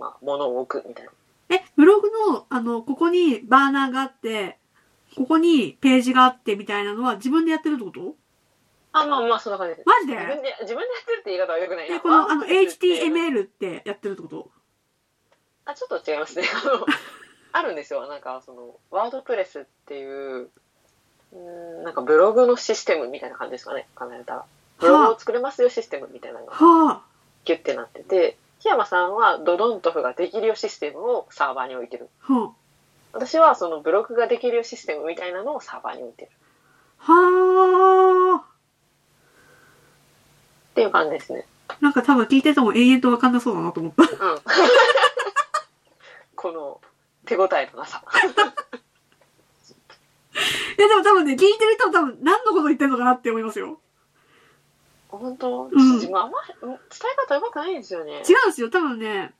S2: まあ、ものを置くみたいな。
S1: え、ブログの、あの、ここにバーナーがあって、ここにページがあってみたいなのは自分でやってるってこと
S2: あ、まあまあ、そんな感じです。
S1: マジで
S2: 自分で、自分でやってるって言い方は良くない
S1: え、
S2: な。
S1: この、あの、
S2: ワンピースっていう
S1: HTML ってやってるってこと
S2: あ、ちょっと違いますね。あの、あるんですよ。なんか、その、ワードプレスっていう、うーん、なんかブログのシステムみたいな感じですかね。考えたら。ブログを作れますよシステムみたいなのが
S1: は
S2: ギュッてなってて、檜山さんはドドンとフができるよシステムをサーバーに置いてる。
S1: あ、は
S2: 私はそのブログができるよシステムみたいなのをサーバーに置いてる。
S1: あ、は
S2: っていう感じですね。
S1: あ。なんか多分聞いてても延々とわかんなそうだなと思った。 (laughs)
S2: うん。 (laughs) この手応えの
S1: (laughs)
S2: なさ。
S1: いやでも多分ね、聞いてる人も多分何のこと言ってるのかなって思いますよ。
S2: 本当、
S1: ん
S2: 自分あんま伝え方うまくないんですよね。
S1: 違うんですよ。多分ね、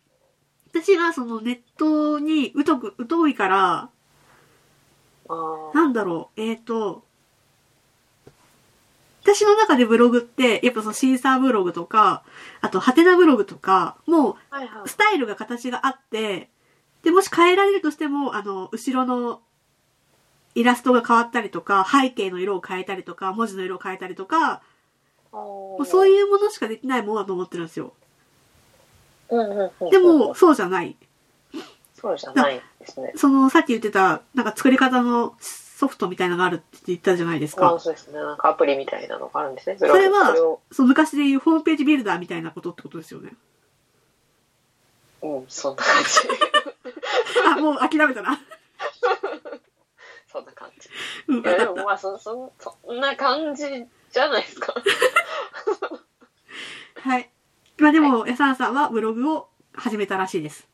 S1: 私がそのネットに疎く、疎いから、
S2: あー
S1: なんだろう、えっ、と、私の中でブログって、やっぱそのシーサーブログとか、あとハテナブログとか、も
S2: はいはいう
S1: スタイルが形があって、で、もし変えられるとしても、あの、後ろのイラストが変わったりとか、背景の色を変えたりとか、文字の色を変えたりとか、もうそう
S2: う
S1: いうものしかできないものだと思ってるんですよ。
S2: んうんうんうん、
S1: でも、そうじゃない。
S2: そうじゃないですね。
S1: その、さっき言ってた、なんか作り方のソフトみたいなのがあるって言ったじゃないです
S2: まあ
S1: か。
S2: そうですね。なんかアプリみたいなのがあるんですね。そ
S1: れは
S2: それを、
S1: その昔で言うホームページビルダーみたいなことってことですよ
S2: (laughs)
S1: ね。
S2: うん、そんな感じ。 (laughs)
S1: あ、もう諦めたな。
S2: そんな感じ。
S1: うん
S2: いや、でもまあそ、 (laughs) そ、そんな感じじゃないですか。 (laughs)
S1: はい。まあでも、やさんさんはブログを始めたらしいです。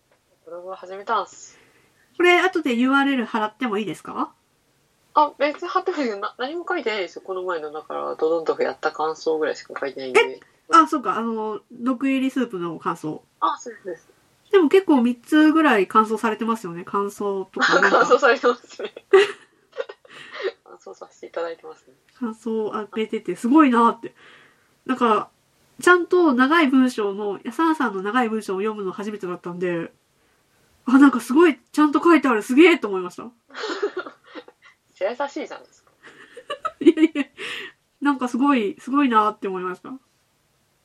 S2: ブログを始めたんす。
S1: これ、後で URL 払ってもいいですか
S2: あ、別に貼ってもいいけどな何も書いてないですよ。この前の、だから、ドドンとかやった感想ぐらいしか書いてないんで。
S1: あ、そうか、あの、毒入りスープの感想。
S2: あ、そうですそうです。
S1: でも結構3つぐらい感想されてますよね。感想と (laughs) かなん
S2: (laughs) 感想
S1: か。
S2: されてますね。感想させていただいてますね。
S1: 感想をあげてて、すごいなって。なんか、ちゃんと長い文章の、やさなさんの長い文章を読むの初めてだったんで、あ、なんかすごい、ちゃんと書いてある、すげえと思いました。
S2: 優しいじゃないですか。
S1: いやいや、なんかすごい、すごいなって思いました。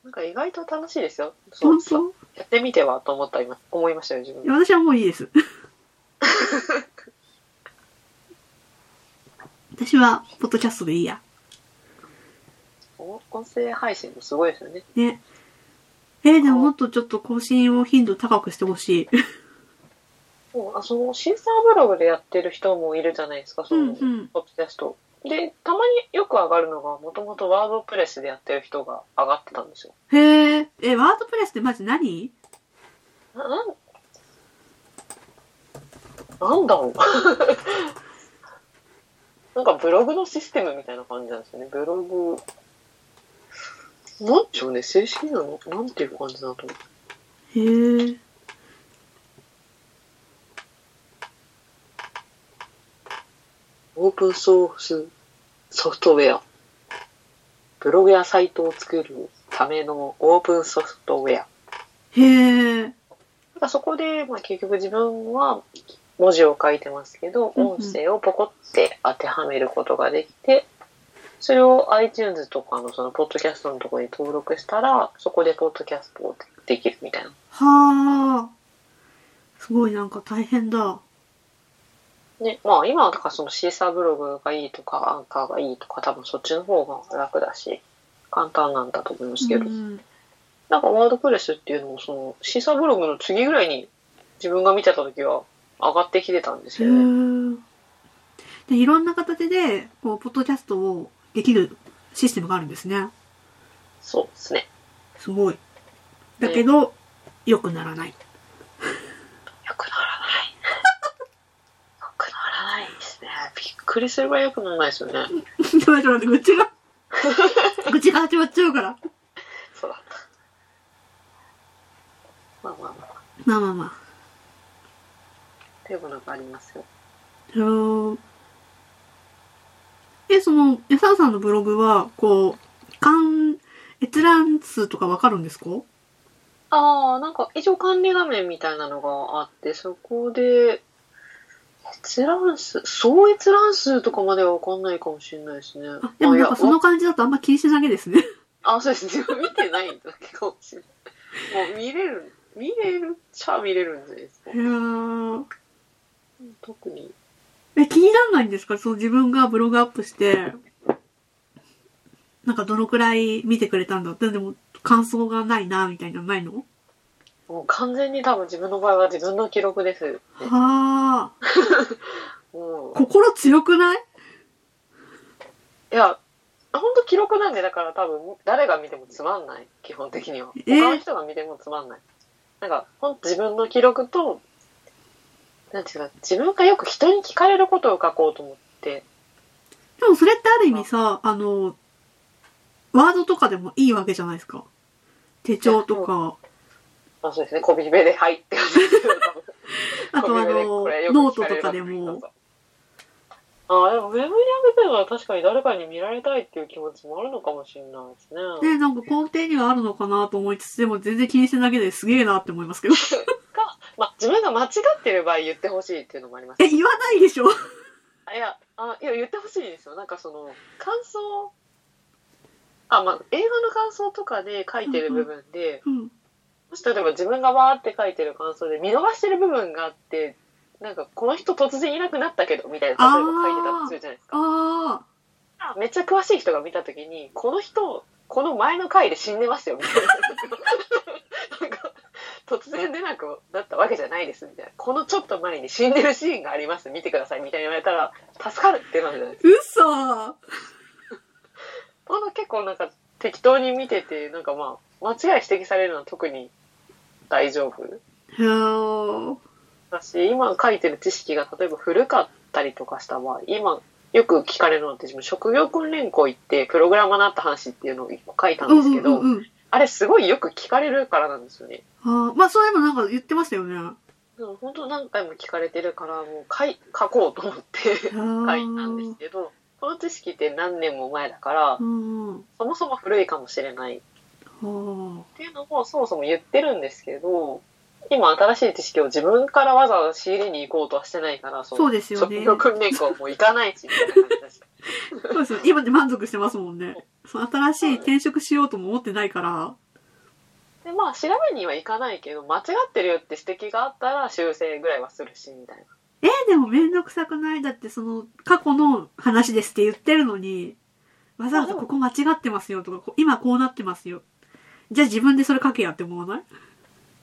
S2: なんか意外と楽しいですよ。そ
S1: 本
S2: うそう。
S1: 当
S2: やってみてはと思った今、思いましたよ、自分
S1: い
S2: で
S1: や、私はもういい
S2: (laughs)
S1: です。私は、ポッドキャストでいいや。
S2: お音声配信もすごいですよね。
S1: ね。えーでももっとちょっと更新を頻度高くしてほしい。
S2: もうあそのシーサーブログでやってる人もいるじゃないですか、その、
S1: うんうん
S2: ポッドキャスト。で、たまによく上がるのが、もともとワードプレスでやってる人が上がってたんですよ。
S1: へえ。え、ワードプレスってマジ何
S2: な、なん、なんだろう。 (laughs) なんかブログのシステムみたいな感じなんですよね。ブログ。なんでしょうね、正式なのなんていう感じだと思う。
S1: へえ。
S2: オープンソースソフトウェア。ブログやサイトを作るためのオープンソフトウェア。
S1: へえ。
S2: なんかそこで、まあ、結局自分は文字を書いてますけど、
S1: うんうん
S2: 音声をポコって当てはめることができて、それを iTunes とかのそのポッドキャストのところに登録したら、そこでポッドキャストをできるみたいな。
S1: はあ。すごいなんか大変だ。
S2: ね、まあ今はだからそのシーサーブログがいいとか、アンカーがいいとか、多分そっちの方が楽だし、簡単なんだと思いますけど。
S1: うん。
S2: なんかワードプレスっていうのも、その、シーサーブログの次ぐらいに自分が見てた時は上がってきてたんです
S1: へ
S2: よね。
S1: え。で、いろんな形で、こう、ポッドキャストをできるシステムがあるんですね。
S2: そうですね。
S1: すごい。だけど、良くならない。 (laughs)
S2: よくならない。よくならないですね。びっくりすればよくならないですよね。
S1: ちょっと待って、愚痴が。愚痴が始まっちゃうから。
S2: そうだった。まあまあまあ、
S1: まあまあまあ。
S2: っていうものがありますよ。
S1: へーえ、その、やさんさんのブログは、こう、関、閲覧数とかわかるんですか
S2: ああ、なんか一応管理画面みたいなのがあって、そこで、閲覧数、総閲覧数とかまではわかんないかもしれないですね。
S1: あ、でも
S2: あい
S1: な
S2: や
S1: んかその感じだとあんま気にしないだけですね。
S2: あ、そうです。自分見てないんだけど、 (laughs) もう見れる、見れるっちゃ見れるんじゃないですか
S1: へ。ー
S2: 特に。
S1: (laughs) え、気にならないんですかその自分がブログアップして、なんかどのくらい見てくれたんだって、でも感想がないな、みたいなのないの
S2: もう完全に多分自分の場合は自分の記録です。
S1: はあ、
S2: もう
S1: 心強くない
S2: いや、本当記録なんで、だから多分誰が見てもつまんない。基本的には。
S1: え
S2: 他の人が見てもつまんない。なんか、ほん自分の記録と、なんていうか、自分がよく人に聞かれることを書こうと思って、
S1: でもそれってある意味さ、あの、ワードとかでもいいわけじゃないですか。手帳とか、
S2: あそうですね、コビベで入って感じですけど多分
S1: あとあの、ノートとかで。
S2: これよく聞れる
S1: も
S2: な。ああ、でもウェブに上げてるのは確かに誰かに見られたいっていう気持ちもあるのかもしれないですね。
S1: ね、なんか根底にはあるのかなと思いつつ、でも全然気にしてないだけですげえなって思いますけど。
S2: まあ、自分が間違ってる場合言ってほしいっていうのもあります。
S1: え、言わないでしょ
S2: あいやあ、いや、言ってほしいんですよ。なんかその、感想、あ、まあ、映画の感想とかで書いてる部分で、
S1: うん。
S2: もし例えば自分がわーって書いてる感想で見逃してる部分があって、なんかこの人突然いなくなったけど、みたいな、例えば書いてたとするじゃないですか。
S1: あ
S2: めっちゃ詳しい人が見たときに、この人、この前の回で死んでますよ、みたいな。なんか、突然出なくなったわけじゃないです、みたいな。このちょっと前に死んでるシーンがあります、見てください、みたいに言われたら、助かるってなるじゃないです
S1: ー、嘘
S2: か。この結構なんか、適当に見てて、なんかまあ、間違い指摘されるのは特に大丈夫
S1: へー
S2: だし、今書いてる知識が例えば古かったりとかした場合、今、よく聞かれるのって、自分職業訓練校行って、プログラマーになった話っていうのを一個書いたんですけ
S1: うん
S2: ど、
S1: うんうん。
S2: あれすごいよく聞かれるからなんですよね。
S1: あーまあ、そういえばなんか言ってましたよね。あ
S2: でも本当何回も聞かれてるから、もう書い書こうと思って書い
S1: ー
S2: たんですけど、この知識って何年も前だから
S1: う、んうん。
S2: そもそも古いかもしれない
S1: は
S2: っていうのもそもそも言ってるんですけど、今新しい知識を自分からわざわざ仕入れに行こうとはしてないから、
S1: あ。
S2: そ
S1: そうですよ
S2: 職
S1: ね。
S2: 業訓練校も行かないし、みたいな感じだし。
S1: そうですよ。今で満足してますもんね。その新しい転職しようとも思ってないから。
S2: で、まあ調べには行かないけど、間違ってるよって指摘があったら修正ぐらいはするし、みたいな。
S1: えーでもめんどくさくないだってその過去の話ですって言ってるのに、わざわざここ間違ってますよとか、こ今こうなってますよ。じゃあ自分でそれ書けやって思わない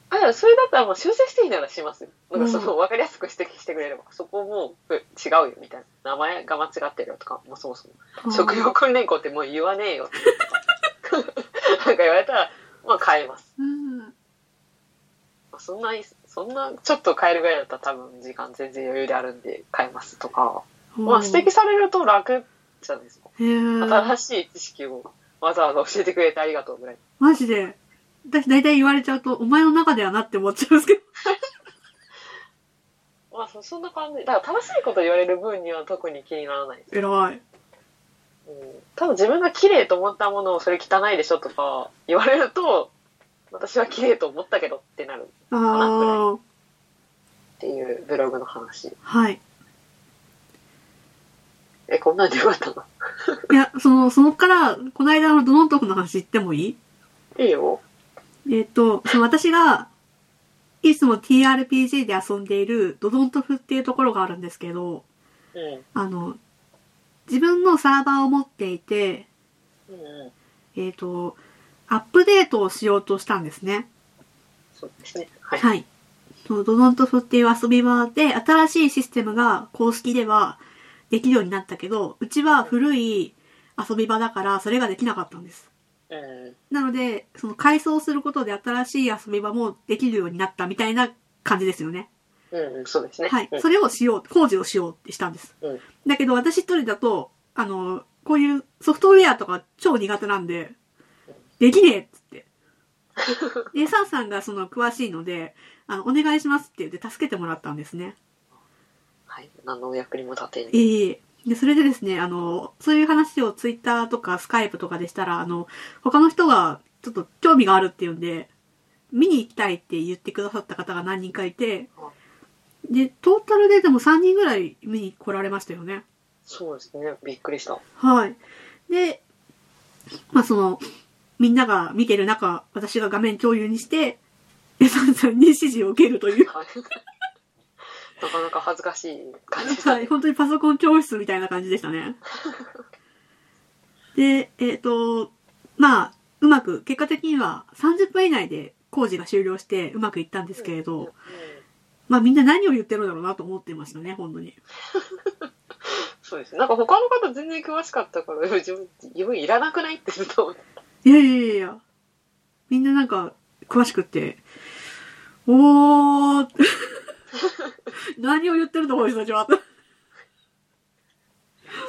S2: あ、でもそれだったらもう修正していいならしますよ。なんかそ
S1: うん
S2: の、わかりやすく指摘してくれれば、そこもう違うよ、みたいな。名前が間違ってるよとか、もうそもそも。職業訓練校ってもう言わねえよとか (laughs) なんか言われたら、まあ変えます。
S1: うん。
S2: まあそんな、そんな、ちょっと変えるぐらいだったら多分時間全然余裕であるんで変えますとか。まあ指摘されると楽じゃないですか。
S1: へー
S2: 新しい知識をわざわざ教えてくれてありがとうぐらい。
S1: マジで。私大体言われちゃうと、お前の中ではなって思っちゃうんですけど。
S2: まあそそんな感じ。だから正しいこと言われる分には特に気にならないで
S1: (laughs)
S2: す。
S1: 偉い。
S2: うん、多分自分が綺麗と思ったものをそれ汚いでしょとか言われると、私は綺麗と思ったけどってなる
S1: ああ。
S2: っていうブログの話。
S1: はい。
S2: え、こんなんでよかったの
S1: いや、その、そのから、この間のドノントークの話言ってもいい
S2: いいよ。
S1: えっ、と、その私が、いつも TRPG で遊んでいるドドントフっていうところがあるんですけど、
S2: うん。
S1: あの、自分のサーバーを持っていて、
S2: うんうん。
S1: えっ、と、アップデートをしようとしたんですね。
S2: そうですね。はい。
S1: はい。そのドドントフっていう遊び場で、新しいシステムが公式ではできるようになったけど、うちは古い遊び場だから、それができなかったんです。
S2: うん。
S1: なので、その改装することで新しい遊び場もできるようになったみたいな感じですよね。
S2: うんうん、そうですね。
S1: はい
S2: うん。
S1: それをしよう、工事をしようってしたんです。
S2: うん
S1: だけど私一人だと、あの、こういうソフトウェアとか超苦手なんで、できねえっつ
S2: (laughs)
S1: って。で、サンさんがその詳しいので、あの、お願いしますって言って助けてもらったんですね。
S2: はい。何のお役にも立てない。
S1: ええで、それでですね、あの、そういう話をツイッターとかスカイプとかでしたら、あの、他の人がちょっと興味があるっていうんで、見に行きたいって言ってくださった方が何人かいて、で、トータルででも3人ぐらい見に来られましたよね。
S2: そうですね。びっくりした。
S1: はい。で、まあその、みんなが見てる中、私が画面共有にして、エサンさんに指示を受けるという。
S2: はい。 (laughs) なかなか恥ずかしい感じでした
S1: はい、
S2: ね。
S1: 本当にパソコン教室みたいな感じでした
S2: (laughs)
S1: ね。で、えっ、と、まあ、うまく、結果的には30分以内で工事が終了してうまくいったんですけれ
S2: うん
S1: ど、まあみんな何を言ってるんだろうなと思ってましたね、本当に。
S2: そうですね。なんか他の方全然詳しかったから、自分、自分いらなくないってずっと思って。
S1: いやいやいやいや。みんななんか、詳しくって、お
S2: (laughs)
S1: ー何を言ってると思う人たちは。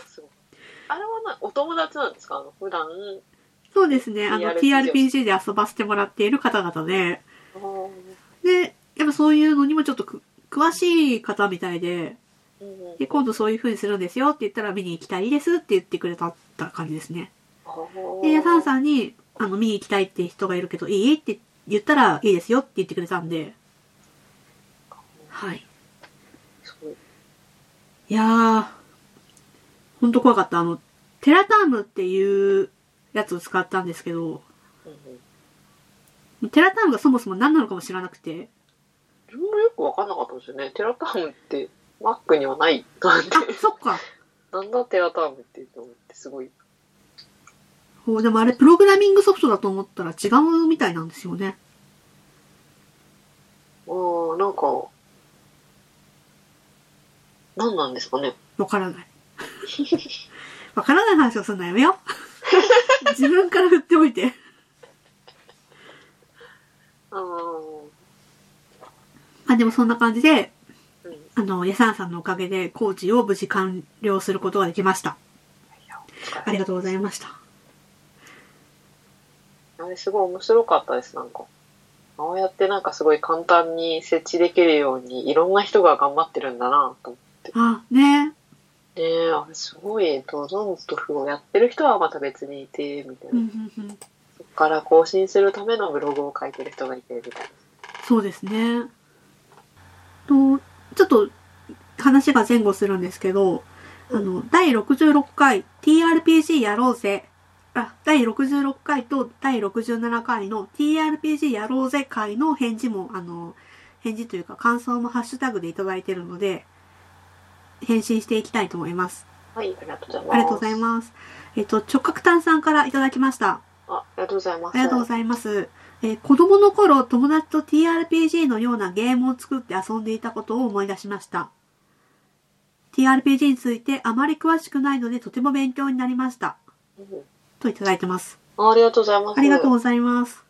S2: すごいあれはな、お友達なんですかあの、普段。
S1: そうですね。あの、
S2: TRPG
S1: TRPG で遊ばせてもらっている方々で、
S2: あー
S1: で、やっぱそういうのにもちょっとく詳しい方みたいで、
S2: うんうん
S1: で、今度そういう風にするんですよって言ったら見に行きたいですって言ってくれたった感じですね。
S2: あー
S1: で、サンさんに、あの、見に行きたいって人がいるけど、いいって言ったらいいですよって言ってくれたんで、はい。
S2: そう
S1: いやー、ほんと怖かった。あの、テラタームっていうやつを使ったんですけど、
S2: うんうん
S1: テラタームがそもそも何なのかも知らなくて、
S2: 自分もよく分かんなかったんですよね。テラタームって、マックにはない。なんて、
S1: あ、そっか。 (laughs)
S2: なんだテラタームってと思って、すごい。
S1: ほうでもあれ、プログラミングソフトだと思ったら違うみたいなんですよね。
S2: ああ、なんか、何なんですかね。
S1: わからない。わからない話をするのやめよう。 (laughs) 自分から振っておいて。
S2: ああ、
S1: あ、でもそんな感じで、あの、ヤサンさんのおかげで工事を無事完了することができました。ありがとうございました。
S2: あれすごい面白かったです、なんか。ああやってなんかすごい簡単に設置できるようにいろんな人が頑張ってるんだなと思って。
S1: あ、ね
S2: ねえ、あれすごい、ドドンとフをやってる人はまた別にいて、みたい
S1: うん
S2: な。
S1: うんうん。
S2: そこから更新するためのブログを書いてる人がいて、みたいな。
S1: そうですね。と、ちょっと話が前後するんですけど、あの、第66回 TRPG やろうぜ。あ、第66回と第67回の TRPG やろうぜ回の返事も、あの、返事というか感想もハッシュタグでいただいてるので、返信していきたいと思います。
S2: はい、ありがとうございます。
S1: ありがとうございます。えっと、直角炭さんからいただきました。
S2: あありがとうございます。
S1: ありがとうございます。えー子供の頃、友達と TRPG のようなゲームを作って遊んでいたことを思い出しました。TRPG についてあまり詳しくないのでとても勉強になりました。
S2: うん
S1: といただいてます。
S2: あありがとうございます。
S1: ありがとう
S2: う。
S1: ございます。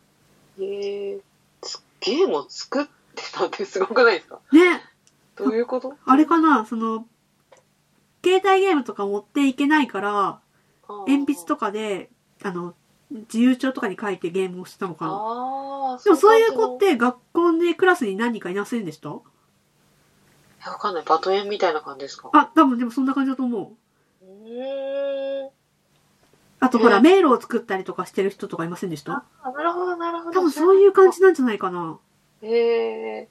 S2: へえつゲームを作ってたってすごくないですか
S1: ね、
S2: どういうこと
S1: あれかな、その、携帯ゲームとか持っていけないから、鉛筆
S2: か
S1: とかで、あの、自由帳とかに書いてゲームをしてたのかな。
S2: あーあー、
S1: でもそういう子っ
S2: い
S1: て学校でクラスに何人かいませんでした
S2: やわかんない。バトエンみたいな感じですか
S1: あ、多分でもそんな感じだと思う。
S2: うーん。
S1: あとほら、
S2: え
S1: 迷路を作ったりとかしてる人とかいませんでした
S2: あ、なるほど、なるほど。
S1: 多分そういう感じなんじゃないかな。
S2: へえ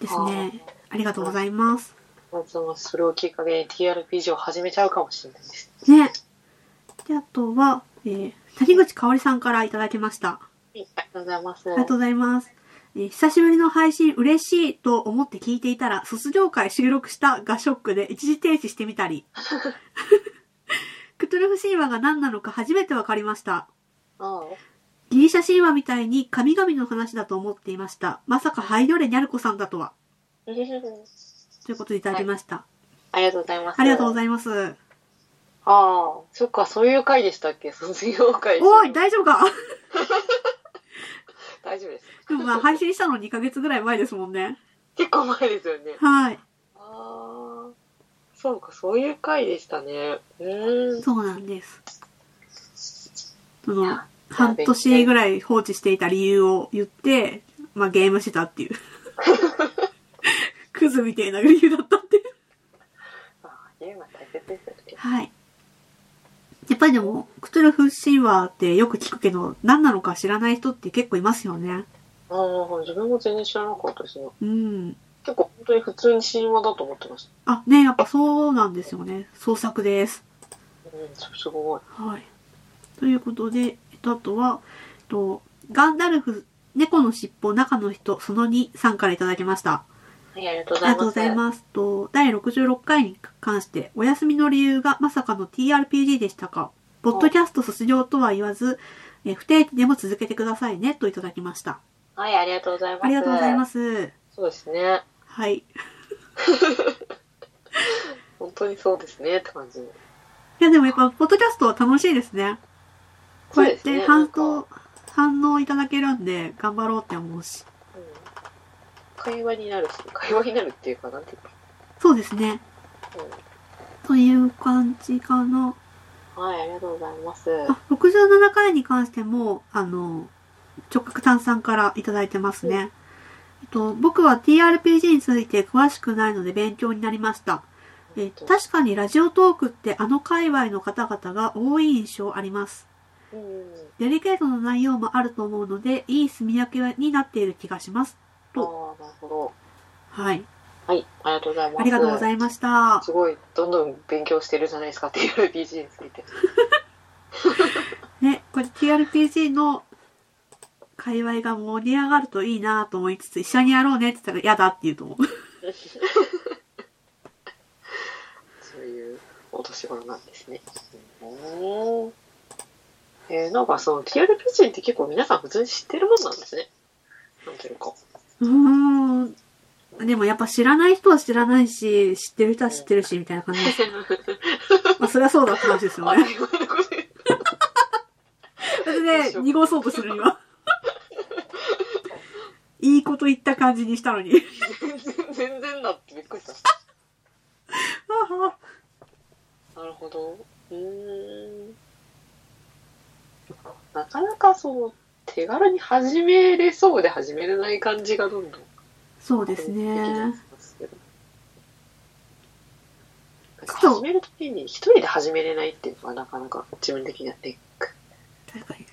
S1: ですね。ありがとうございます。
S2: まずはそれをきっかけに TRPG を始めちゃうかもしれないです。
S1: ね。で、あとは、えー、谷口香織さんからいただきました。
S2: はいありがとうございます。
S1: ありがとうございます。えー久しぶりの配信嬉しいと思って聞いていたら、卒業会収録したがショックで一時停止してみ
S2: (laughs)
S1: たり。クトゥルフ神話が何なのか初めてわかりました。
S2: ああ
S1: ギリシャ神話みたいに神々の話だと思っていました。まさかハイドレニャルコさんだとは。ということでいただきました。
S2: ありがとうございます。
S1: ありがとうご
S2: います。
S1: ざいます。
S2: ああ、そっか、そういう回でしたっけ卒業会。
S1: おい、大丈夫か (laughs)
S2: 大丈夫です。
S1: でもまあ、配信したの2ヶ月ぐらい前ですもんね。
S2: 結構前ですよね。
S1: はい。
S2: ああ、そうか、そういう回でしたね。うーん。
S1: そうなんです。その、半年ぐらい放置していた理由を言って、まあゲームしてたって (laughs) いう。クズみたいな理由だったっていう。
S2: ああ、ゲームは大切ですよね。
S1: はい。やっぱりでも、クトゥルフ神話ってよく聞くけど、何なのか知らない人って結構いますよね。
S2: ああ、自分も全然知らなかったですね。
S1: うん。
S2: 結構本当に普通に神話だと思ってまし
S1: あ、ねやっぱそうなんですよね。創作です。
S2: た。うん、そすごい。
S1: はい。ということで、えっと、あとは、えっと、ガンダルフ、猫の尻尾、中の人、その2さんからいただきました。
S2: はい、ありがとう
S1: あ
S2: ご
S1: り
S2: ざい
S1: が
S2: ます。
S1: とうございます。と、第66回に関して、お休みの理由がまさかの TRPG でしたか。ポッドキャスト卒業とは言わず、え不定期でも続けてくださいね、といただきました。
S2: はい、ありがとうございます。。
S1: ありがとうございますす。
S2: そうですね。
S1: はい。
S2: 本当にそうですねって感じ。
S1: いや、でもやっぱ、ポッドキャストは楽しいですね。こうやっ
S2: そうです
S1: て
S2: ね
S1: 反
S2: なん
S1: 応、反応いただけるんで、頑張ろうって思うし。
S2: うん会話になるし、会話になるっていうか、なんていうか。
S1: そうですね。という感じかな。
S2: うんはい、ありがとうございます。
S1: あ、67回に関しても、あの、直角炭酸からいただいてますね。えっと、僕は TRPG について詳しくないので勉強になりました。え確かにラジオトークってあの界隈の方々が多い印象あります。
S2: うん、
S1: デリケートな内容もあると思うので、いい住み分けになっている気がします。
S2: ああ、なるほど。
S1: はい。
S2: はい、ありがとうございます。
S1: ありがとうございました。
S2: すごい、どんどん勉強してるじゃないですか、TRPG (laughs) について。
S1: ね、これ TRPG の界隈が盛り上がるといいなと思いつつ、一緒にやろうねって言ったら嫌だって言うと思う。
S2: そういうお年頃なんですね。うんえー、なんかその TRPG って結構皆さん普通に知ってるもんなんですね。なんていうか。
S1: うーん。でもやっぱ知らない人は知らないし、知ってる人は知ってるし、みたいな感じです。まあそりゃそうだって話ですよ
S2: あ
S1: ね。 (laughs)
S2: れ、
S1: それで、
S2: 今のこと言う
S1: 濁そうとする (laughs) には。いいこと言った感じにしたのに。
S2: 全然っくりした。
S1: ああ
S2: なるほど。うーん。なかなかその、手軽に始めれそうで始めれない感じがどんどん。
S1: そうですね。。そう
S2: 始めるときに一人で始めれないっていうのはなかなか自分的にはネック。
S1: 確かに。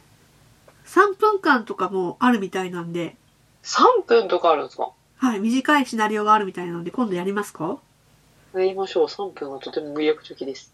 S1: 3分間とかもあるみたいなんで、
S2: 3分とかあるんですか
S1: はい、短いシナリオがあるみたいなので、今度やりますか
S2: やりましょう。3分はとても魅力的です。